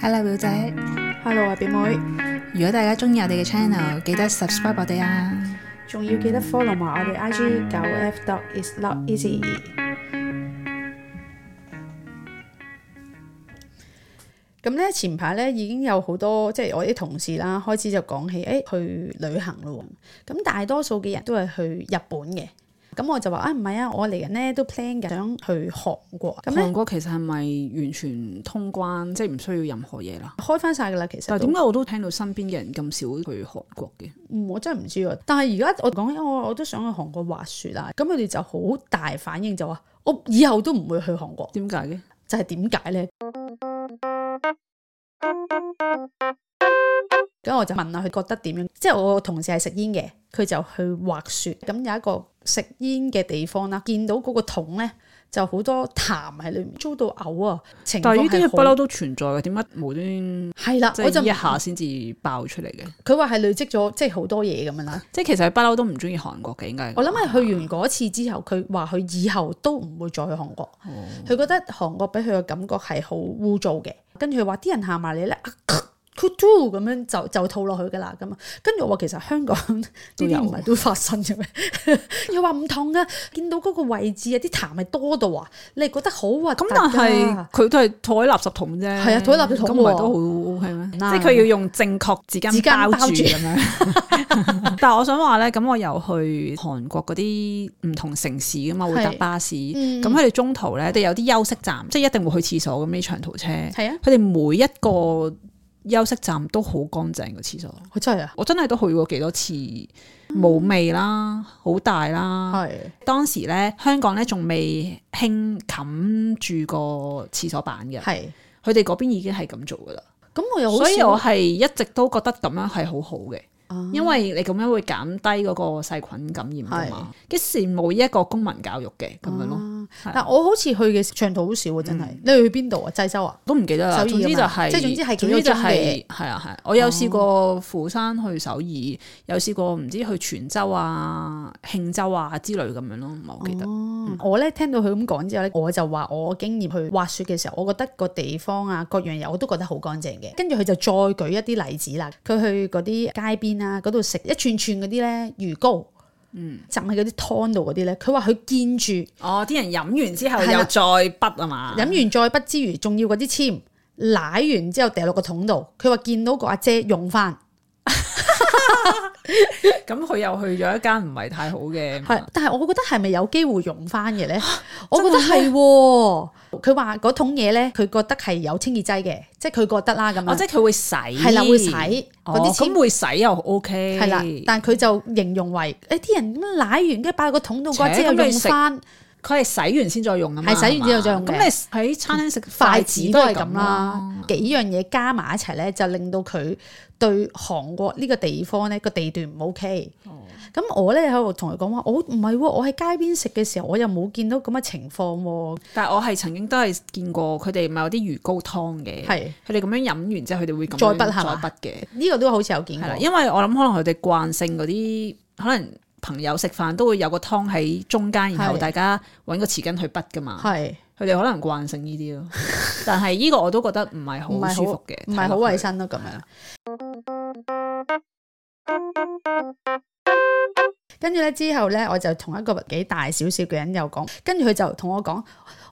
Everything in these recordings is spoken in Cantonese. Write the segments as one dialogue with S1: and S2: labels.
S1: Hello 表姐，
S2: Hello 啊，表妹，
S1: 如果大家中意我哋嘅 channel，記得 subscribe 我哋啊！
S2: 仲要記得 follow 埋我哋 IG 九 F dot is not easy。咁咧前排咧已經有好多即係我啲同事啦，開始就講起誒、哎去旅行咯喎。咁大多數嘅人都係去日本嘅。咁我就話啊唔係啊，我嚟緊咧都 plan 緊想去韓國。咁
S3: 韓
S2: 咧
S3: 國其實係咪完全通關，即係唔需要任何嘢啦？
S2: 開翻晒㗎啦，其實
S3: 但係
S2: 都
S3: 點解我都聽到身邊嘅人咁少去韓國嘅？
S2: 嗯，我真係唔知喎。但係而家我講起我我都想去韓國滑雪啊，咁佢哋就好大反應就話：我以後都唔會去韓國，
S3: 點解嘅？
S2: 就係點解呢？咁我就問下佢覺得點樣，即係我個同事係食煙嘅，佢就去滑雪，咁有一個食煙嘅地方啦，見到嗰個桶呢，就好多痰喺裏面，遭到嘔啊！情
S3: 但係呢
S2: 況
S3: 啲嘢
S2: 係
S3: 不
S2: 好
S3: 嬲都存在嘅，點解無端端
S2: 係啦，
S3: 即
S2: 我就
S3: 係一下先至爆出嚟嘅？
S2: 佢話係累積咗即係好多嘢咁樣啦。
S3: 即係其實佢不嬲都唔中意韓國嘅，應該係
S2: 我諗係去完嗰次之後，佢話佢以後都唔會再去韓國。
S3: 哦
S2: 佢、覺得韓國俾佢嘅感覺係好污糟嘅，跟住佢話啲人行埋嚟咧，啊佢都咁樣就就吐落去㗎啦咁啊。跟住我話其實香港呢啲唔係都發生嘅咩？ 佢話唔同啊，見到嗰個位置啊，啲痰係多到啊，你係覺得好核突
S3: 咁
S2: 㗎。
S3: 但係佢都係坐喺垃圾桶啫，
S2: 係啊，吐喺垃圾桶
S3: 咁唔係
S2: 喎
S3: 都好 OK 咩？即
S2: 啊
S3: 係佢要用正確紙
S2: 紙巾
S3: 巾包
S2: 包
S3: 住
S2: 住
S3: 咁樣。 但係我想話咧，咁我又去韓國嗰啲唔同城市噶嘛，會搭
S2: 係
S3: 巴士，咁
S2: 嗯
S3: 佢哋中途咧都有啲休息站，即係一定會去廁所咁呢長途車，佢
S2: 係啊，
S3: 哋每一個休息站都好乾淨個廁所。
S2: 我真係啊，
S3: 我真係都去過幾多次，冇味啦，好大啦，
S2: 係
S3: 當時咧，香港咧仲未興冚住個廁所板嘅，
S2: 係。
S3: 佢哋嗰邊已經係咁做噶啦。
S2: 咁我又好
S3: 所以
S2: 少
S3: 我係一直都覺得咁樣係好好嘅，
S2: 哦
S3: 因為你咁樣會減低嗰個細菌感染噶嘛。一羨慕呢一個公民教育嘅咁樣咯，係
S2: 但我好似去嘅長途好少喎，真係。
S3: 嗯
S2: 你去邊度啊？濟州啊？
S3: 都唔記得啦。
S2: 首爾
S3: 總之就
S2: 啊嘛
S3: 係，
S2: 即係總之係幾
S3: 總
S2: 個
S3: 之就
S2: 鐘嘅哦
S3: 係係啊係啊。我有試過釜山去首爾，有試過唔知去泉州啊、慶州啊之類咁樣咯，唔係好記得。
S2: 哦我咧聽到佢咁講之後咧，我就話我經驗去滑雪嘅時候，我覺得個地方啊，各樣嘢我都覺得好乾淨嘅。跟住佢就再舉一啲例子啦，佢去嗰啲街邊啊，嗰度食一串串嗰啲咧魚糕，嗯，浸喺嗰啲湯度嗰啲咧，佢話佢見住
S3: 哦，啲人飲完之後
S2: 係啦
S3: 又再筆啊嘛，
S2: 飲完再不之餘，仲要嗰啲籤舐完之後掉落個桶度，佢話見到個阿姐用翻，
S3: 咁佢又去咗一間唔係太好嘅，
S2: 係，但係我覺得係咪有機會用翻嘅咧？我覺得啊係喎，佢話嗰桶嘢咧，佢覺得係有清潔劑嘅，即係佢覺得啦咁
S3: 哦，
S2: 樣
S3: 即。係佢會洗，
S2: 係
S3: 係
S2: 啦，會洗嗰啲
S3: 哦咁
S2: 錢
S3: 會洗又 OK，
S2: 係啦，但係佢就形容為誒啲人咁樣舐完，跟住擺喺個桶度，嗰
S3: 切
S2: 之後
S3: 咁你
S2: 用
S3: 食
S2: 翻，
S3: 佢係洗完先再用啊嘛，
S2: 係洗完之後再用嘅
S3: 係嘛咁你喺餐廳食
S2: 筷子都係咁啦
S3: 啦，。
S2: 幾樣嘢加埋一齊咧，就令到佢對韓國呢個地方咧個地段唔 OK。咁、
S3: 哦
S2: 我咧喺度同佢講話，我唔係喎，我喺街邊食嘅時候，我又冇見到咁嘅情況喎。
S3: 但係我係曾經都係見過佢哋咪有啲魚糕湯嘅，
S2: 係
S3: 佢哋咁樣飲完之後，佢哋會咁樣
S2: 再筆嗯係嘛
S3: 再筆嘅，
S2: 呢個都好似有見
S3: 係啦，
S2: 過。
S3: 因為我諗可能佢哋慣性嗰啲可能。朋友食飯都會有個湯喺中間，然後
S2: 係
S3: 大家揾個匙羹去筆噶嘛。
S2: 係
S3: 佢哋可能慣性呢啲咯，但係呢個我都覺得唔係
S2: 唔
S3: 好
S2: 係
S3: 舒
S2: 好
S3: 服嘅，
S2: 唔係好
S3: 睇落
S2: 衞
S3: 去。
S2: 生咯咁樣。跟住咧之後咧，我就同一個幾大少少嘅人又講，跟住佢就同我講，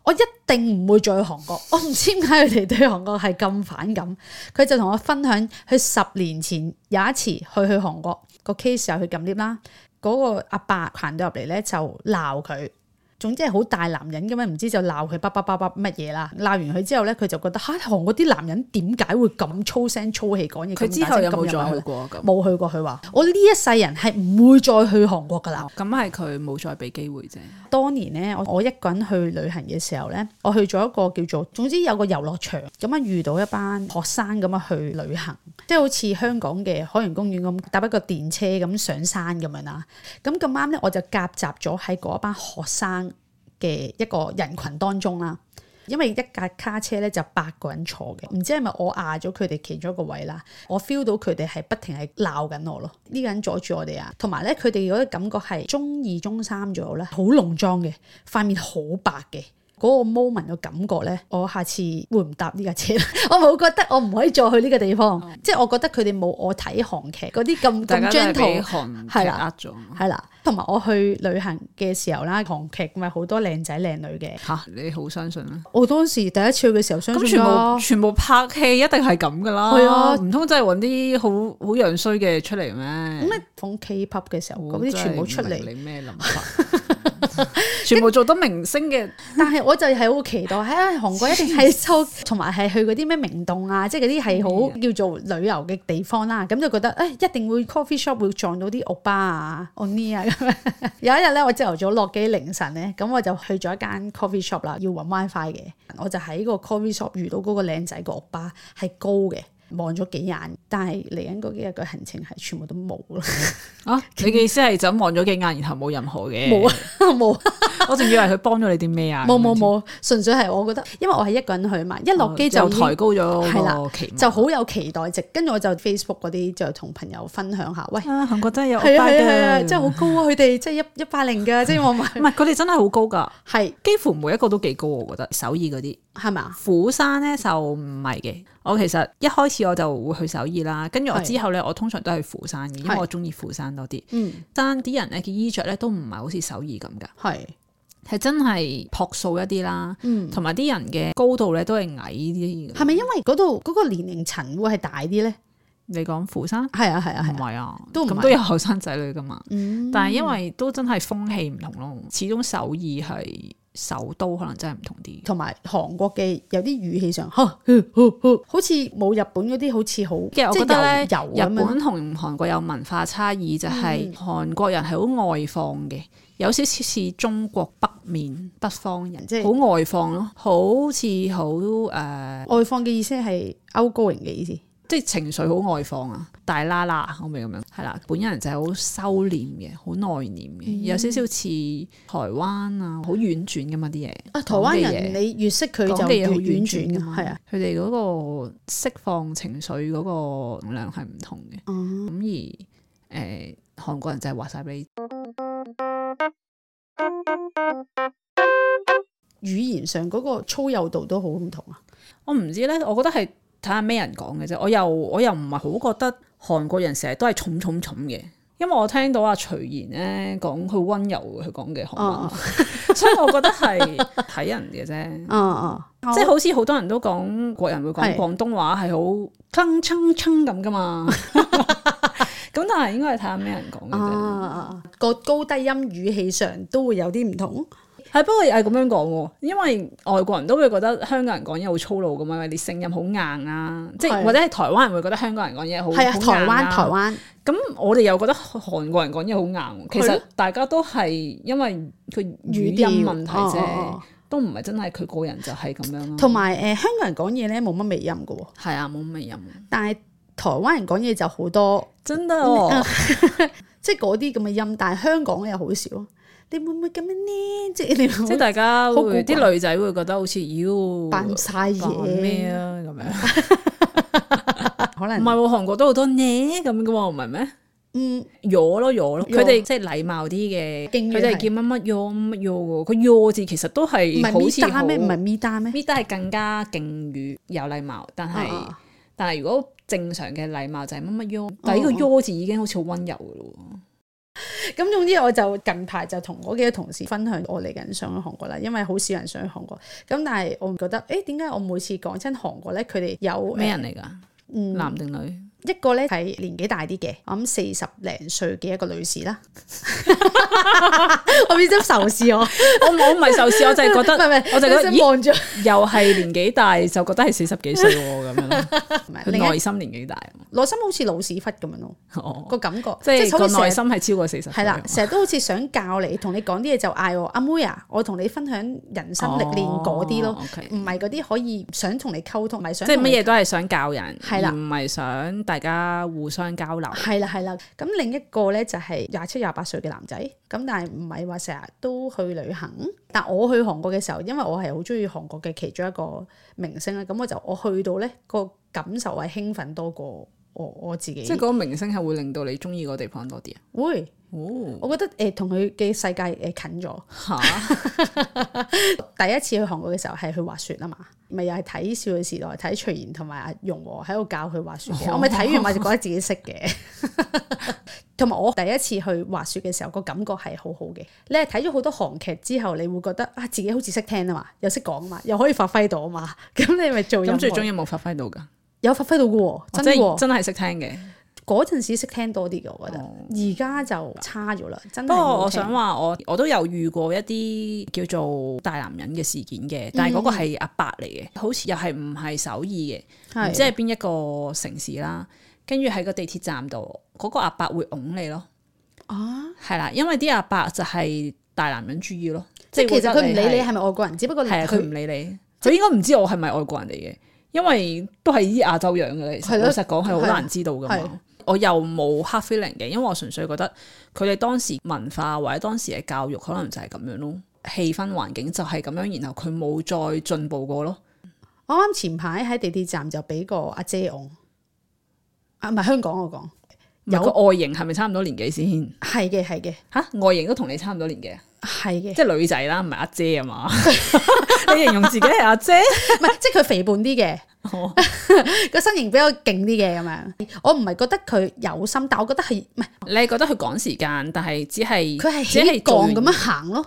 S2: 我一定唔會再去韓國。我唔知點解佢哋對韓國係咁反感。佢就同我分享，佢十年前有一次去去韓國個 case 又去撳 lift 啦，嗰、個阿伯行到入嚟咧就鬧佢。總之係好大男人咁樣，唔知就鬧佢叭叭叭叭乜嘢啦。鬧完佢之後咧，佢就覺得嚇、韓國啲男人點解會咁粗聲粗氣講嘢？
S3: 佢之
S2: 後
S3: 後有冇再去過咁？
S2: 冇去過，佢話我呢一世人係唔會再去韓國㗎啦。
S3: 咁係佢冇再俾機會啫。
S2: 當年咧，我我一個人去旅行嘅時候咧，我去咗一個叫做總之有個遊樂場咁啊，遇到一班學生咁啊去旅行，即係好似香港嘅海洋公園咁搭一個電車咁上山咁樣啦。咁咁啱咧，我就夾雜咗喺嗰一班學生嘅一個人群當中啦。因為一架卡車咧就八個人坐嘅，唔知係咪我壓咗佢哋其中一個位啦，我 feel 到佢哋係不停係鬧緊我咯，呢、個人阻住我哋啊，同埋咧佢哋嗰個感覺係中二中三左右咧，好濃妝嘅，塊面好白嘅，嗰個 moment 嘅感覺咧，我下次會唔搭呢架車？ 我冇覺得我唔可以再去呢個地方，即係我覺得佢哋冇我睇韓劇嗰啲咁
S3: 哦大
S2: 咁
S3: 家都係俾
S2: gentle。
S3: 韓劇
S2: 係啦
S3: 呃咗嘛。
S2: 係啦，同埋我去旅行嘅時候啦，韓劇咪好多靚仔靚女嘅。
S3: 吓，你好相信啦。
S2: 我當時第一次去嘅時候，相
S3: 咁
S2: 信
S3: 全
S2: 㗎
S3: 部全部拍戲一定係咁噶啦，
S2: 係啊
S3: 唔通真係揾啲好好樣衰嘅出嚟咩？
S2: 咩放 K-pop 嘅時候，
S3: 我
S2: 嗰哦啲
S3: 哦真係
S2: 全部
S3: 唔
S2: 出
S3: 明
S2: 嚟。
S3: 你咩諗法？ 全部做得明星嘅，
S2: 但係我就係好期待，喺、哎、韓國一定係收，同埋係去嗰啲咩明洞啊，即係嗰啲係好叫做旅遊嘅地方啦。咁就覺得誒、哎一定會 coffee shop 會撞到啲歐巴啊、o n i 啊咁樣。有一日咧，我朝頭早落機凌晨咧，咁我就去咗一間 coffee shop 啦，要揾 WiFi 嘅。我就喺個 coffee shop 遇到嗰個靚仔個歐巴，係高嘅。望咗幾眼，但係嚟緊嗰幾日嘅行程係全部都冇啦，
S3: 啊！你嘅意思係就咁望咗幾眼，然後冇任何嘅
S2: 冇啊，冇啊
S3: 我仲以為佢幫咗你啲咩啊？
S2: 冇冇冇，純粹係我覺得，因為我係一個人去嘛，一落機就
S3: 又
S2: 已經
S3: 抬高咗
S2: 係
S3: 個
S2: 啦
S3: 期望
S2: 就好有期待值。跟住我就 Facebook 嗰啲就同朋友分享下，喂，係
S3: 啊！韓國真係有
S2: 啊係啊係啊，
S3: 嘅，
S2: 真係好高啊！佢哋即係一一八零㗎， 即係我
S3: 唔
S2: 問，
S3: 係佢哋真係好高噶，
S2: 係
S3: 幾乎每一個都幾高，我覺得首爾嗰啲。
S2: 係咪啊？
S3: 釜山咧就唔係嘅，我其實一開始我就會去首爾啦，跟住我
S2: 係
S3: 之後咧，我通常都係去釜山嘅，因為
S2: 係
S3: 我中意釜山多啲。
S2: 嗯，
S3: 山啲人咧嘅衣着咧都唔係好似首爾咁噶，
S2: 係，
S3: 係真係樸素一啲啦，
S2: 嗯，
S3: 同埋啲人嘅高度咧都係矮啲嘅。
S2: 係咪因為嗰度嗰個年齡層會係大啲咧？
S3: 你講釜山唔
S2: 係啊係啊係啊，
S3: 係啊，
S2: 都唔係
S3: 咁都有後生仔女噶嘛，
S2: 嗯，
S3: 但係因為都真係風氣唔同咯，始終首爾係首都，可能真係唔同啲。
S2: 同埋韓國嘅有啲語氣 上，呵呵呵呵好似冇日本嗰啲好似好，
S3: 嘅，我覺得咧，
S2: 即係油油
S3: 日
S2: 咁樣嗯
S3: 本同韓國有文化差異，就係、韓國人係好外放嘅，有少少似中國北面北方人，
S2: 即係
S3: 好外放咯，好似好呃誒，
S2: 外放嘅意思係 outgoing 嘅意思，
S3: 即係情緒好外放啊，大啦啦可唔可以咁樣？係啦，本人就係好收斂嘅，好內斂嘅，有少少似台灣啊，好婉轉噶嘛啲嘢。
S2: 啊，台灣
S3: 講嘅嘢
S2: 人你越識佢
S3: 講
S2: 就
S3: 嘅嘢
S2: 越
S3: 好
S2: 婉
S3: 婉
S2: 轉
S3: 轉
S2: 㗎
S3: 噶嘛，
S2: 係啊，，
S3: 佢哋嗰個釋放情緒嗰個能量係唔同嘅，咁、
S2: 嗯
S3: 而誒、呃、韓國人就係話晒俾你，
S2: 語言上嗰個粗幼度都好唔同啊。
S3: 我唔知咧，我覺得係睇下咩人講嘅啫，我又我又唔係好覺得韓國人成日都係重重重嘅。因為我聽到阿徐賢咧講佢温柔佢講嘅韓文，
S2: 哦
S3: 所以我覺得係睇人嘅啫，
S2: 啊啊，
S3: 即係好似好多人都講國人會講
S2: 係
S3: 廣東話係好鏗鏗鏗咁噶 嘛，咁但係應該係睇下咩人講嘅
S2: 啊
S3: 啫。
S2: 啊，個高低音語氣上都會有啲唔同。
S3: 係，不過又係咁樣講喎，因為外國人都會覺得香港人講嘢好粗魯噶嘛，因為啲聲音好硬啊，即
S2: 係
S3: 係或者係台灣人會覺得香港人講嘢好
S2: 係啊，
S3: 好
S2: 台
S3: 硬
S2: 灣台灣
S3: 咁我哋又覺得韓國人講嘢好硬喎，其
S2: 係
S3: 實
S2: 咯
S3: 大家都係因為佢語
S2: 語調
S3: 音問題啫，
S2: 哦哦
S3: 都唔係真係佢個人就係咁樣
S2: 哦
S3: 咯。
S2: 同埋誒香港人講嘢咧冇乜尾音嘅喎，
S3: 係啊，冇乜音，
S2: 但係台灣人講嘢就好多，
S3: 真得哦。
S2: 即係嗰啲咁嘅音，但係香港又好少。你會唔會咁樣呢？即係你
S3: 即係
S2: 會
S3: 大家
S2: 嗯好古怪
S3: 會啲女仔會覺得好似妖
S2: 扮晒
S3: 扮咩
S2: 嘢，
S3: 啊咁樣，
S2: 可
S3: 唔
S2: 能
S3: 係喎，韓國都好多呢咁嘅喎，唔係咩？
S2: 嗯
S3: 哟咯哟咯，
S2: 哟
S3: 佢哋即係禮貌啲嘅，
S2: 敬語
S3: 佢哋
S2: 係
S3: 叫乜乜哟乜哟喎，佢哟字其實都
S2: 唔
S3: 係
S2: 係
S3: 好
S2: 咪
S3: 似好
S2: 單咩？唔係咪單咩？
S3: 咪都係更加敬語有禮貌，但係、
S2: 啊哦啊
S3: 但係如果正常嘅禮貌就係乜乜哟，但係呢個哟字已經好似好温柔嘅咯喎。
S2: 咁總之我就近排就同我幾個同事分享我嚟緊想去韓國啦，因為好少人想去韓國。咁但係我唔覺得，誒點解我每次講親韓國咧，佢哋有
S3: 咩人嚟㗎？
S2: 嗯，
S3: 男定女？
S2: 一個咧係年紀大啲嘅，我諗四十零歲嘅一個女士啦。我變咗仇視我，唔
S3: 我我唔 係仇視，我就係覺
S2: 係唔
S3: 得，
S2: 係，
S3: 我就覺
S2: 係
S3: 得，
S2: 想
S3: 咦，
S2: 望住
S3: 又係年紀大就覺得係四十幾歲喎咁樣咯，
S2: 唔係 另
S3: 佢內
S2: 一
S3: 心年紀大，
S2: 內心好似老屎忽咁樣咯，
S3: 哦，
S2: 個感覺
S3: 即係
S2: 好
S3: 個
S2: 似成
S3: 內
S2: 日
S3: 心係超過四十。
S2: 係啦，成日都好似想教你，同你講啲嘢就嗌我阿妹啊，我同你分享人生歷練嗰啲咯
S3: 哦，OK，
S2: 唔係嗰啲可以想同你溝通，唔係想
S3: 即係
S2: 同你
S3: 乜嘢都係想教人，
S2: 係啦
S3: 而唔係想大家互相交流。
S2: 係啦係啦，咁另一個咧就係廿七廿八歲嘅男仔，咁但係唔係話成日都去旅行。但我去韓國嘅時候，因為我係好中意韓國嘅其中一個明星啦，咁我就我去到咧個感受係興奮多過我我自己。
S3: 即係嗰個明星係會令到你中意嗰個地方多啲啊！
S2: 會
S3: 哦，
S2: 我覺得誒同佢嘅世界誒近咗。
S3: 吓，
S2: 第一次去韓國嘅時候係去滑雪啊嘛，咪又係睇少女時代睇徐賢同埋阿容和喺度教佢滑雪嘅。
S3: 哦
S2: 我咪睇完咪就覺得自己識嘅。 同埋我第一次去滑雪嘅時候，個感覺係好好嘅。你係睇咗好多韓劇之後，你會覺得啊，自己好似識聽啊嘛，又識講啊嘛，又可以發揮到啊嘛。 咁你咪做
S3: 咁最終
S2: 意
S3: 有冇發揮到㗎？
S2: 有發揮到嘅喎，真嘅
S3: 係
S2: 喎。
S3: 真係識聽嘅。
S2: 嗰陣時識聽多啲嘅，我覺得。
S3: 哦
S2: 而家就差咗啦，真係
S3: 不過我
S2: 冇聽
S3: 想話，我我都有遇過一啲叫做大男人嘅事件嘅，
S2: 嗯
S3: 但係嗰個係阿伯嚟嘅，好似又係唔係首爾嘅，唔
S2: 係
S3: 知係邊一個城市啦。跟住喺個地鐵站度，嗰、個阿伯會拱你咯。啊，係啦，因為啲阿伯就係大男人主義咯，
S2: 即係
S3: 係會
S2: 其實佢唔
S3: 覺得
S2: 理你
S3: 係
S2: 係咪外國人，只不過
S3: 係啊，佢唔
S2: 佢
S3: 理你，佢應該唔知我係咪外國人嚟嘅，因為都係依亞洲樣嘅。其實
S2: 係咯
S3: 老實講係好
S2: 係
S3: 難知道噶
S2: 係
S3: 嘛。我又冇 hard feeling 嘅，因為我純粹覺得佢哋當時文化或者當時嘅教育可能就係咁樣咯，氣氛環境就係咁樣，然後佢冇再進步過咯。
S2: 我啱前排喺地鐵站就俾個阿姐我，啊唔係香港我講，
S3: 有
S2: 有
S3: 個外形係咪差唔多年紀先？
S2: 係嘅係嘅
S3: 吓，外形都同你差唔多年紀啊，
S2: 係嘅，
S3: 即係女仔啦，唔係阿姐啊嘛？ 你形容自己係阿姐？
S2: 唔係即係佢肥胖啲嘅，
S3: 哦
S2: 個身形比較勁啲嘅咁樣。我唔係覺得佢有心，但我覺得係唔係
S3: 你係覺得佢趕時間，但係只係
S2: 佢係
S3: 只
S2: 起
S3: 係
S2: 槓
S3: 做完
S2: 咁樣行咯，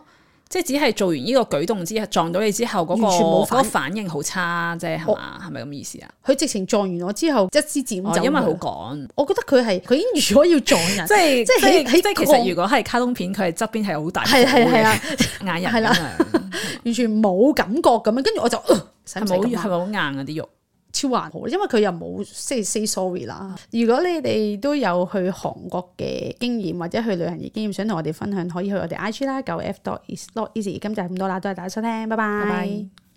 S3: 即係只係做完呢個舉動之後撞到你之後嗰、個
S2: 完全冇
S3: 嗰個
S2: 反
S3: 反應好差啫，係嘛？係咪咁意思啊？
S2: 佢直情撞完我之後一支箭
S3: 哦
S2: 走，
S3: 因為
S2: 為
S3: 好趕，
S2: 我覺得佢係佢已經預咗要撞 人，
S3: 即係
S2: 即
S3: 即
S2: 係
S3: 係
S2: 喺
S3: 即
S2: 喺
S3: 係其
S2: 個
S3: 實如果係卡通片，佢係側邊係好大
S2: 係啊係係啦，
S3: 啦，眼
S2: 係
S3: 人
S2: 啦
S3: 咁樣，
S2: 完全冇感覺咁樣。跟住我就呃使
S3: 係
S2: 唔使
S3: 咪好係
S2: 咁啊
S3: 咪好硬啊啲肉？
S2: 超還好，因為佢又冇即係 say sorry 啦。如果你哋都有去韓國嘅經驗或者去旅行嘅經驗，想同我哋分享，可以去我哋 IG 啦，九 F dot is not easy。今集咁多啦，多謝大家收聽，拜
S3: 拜拜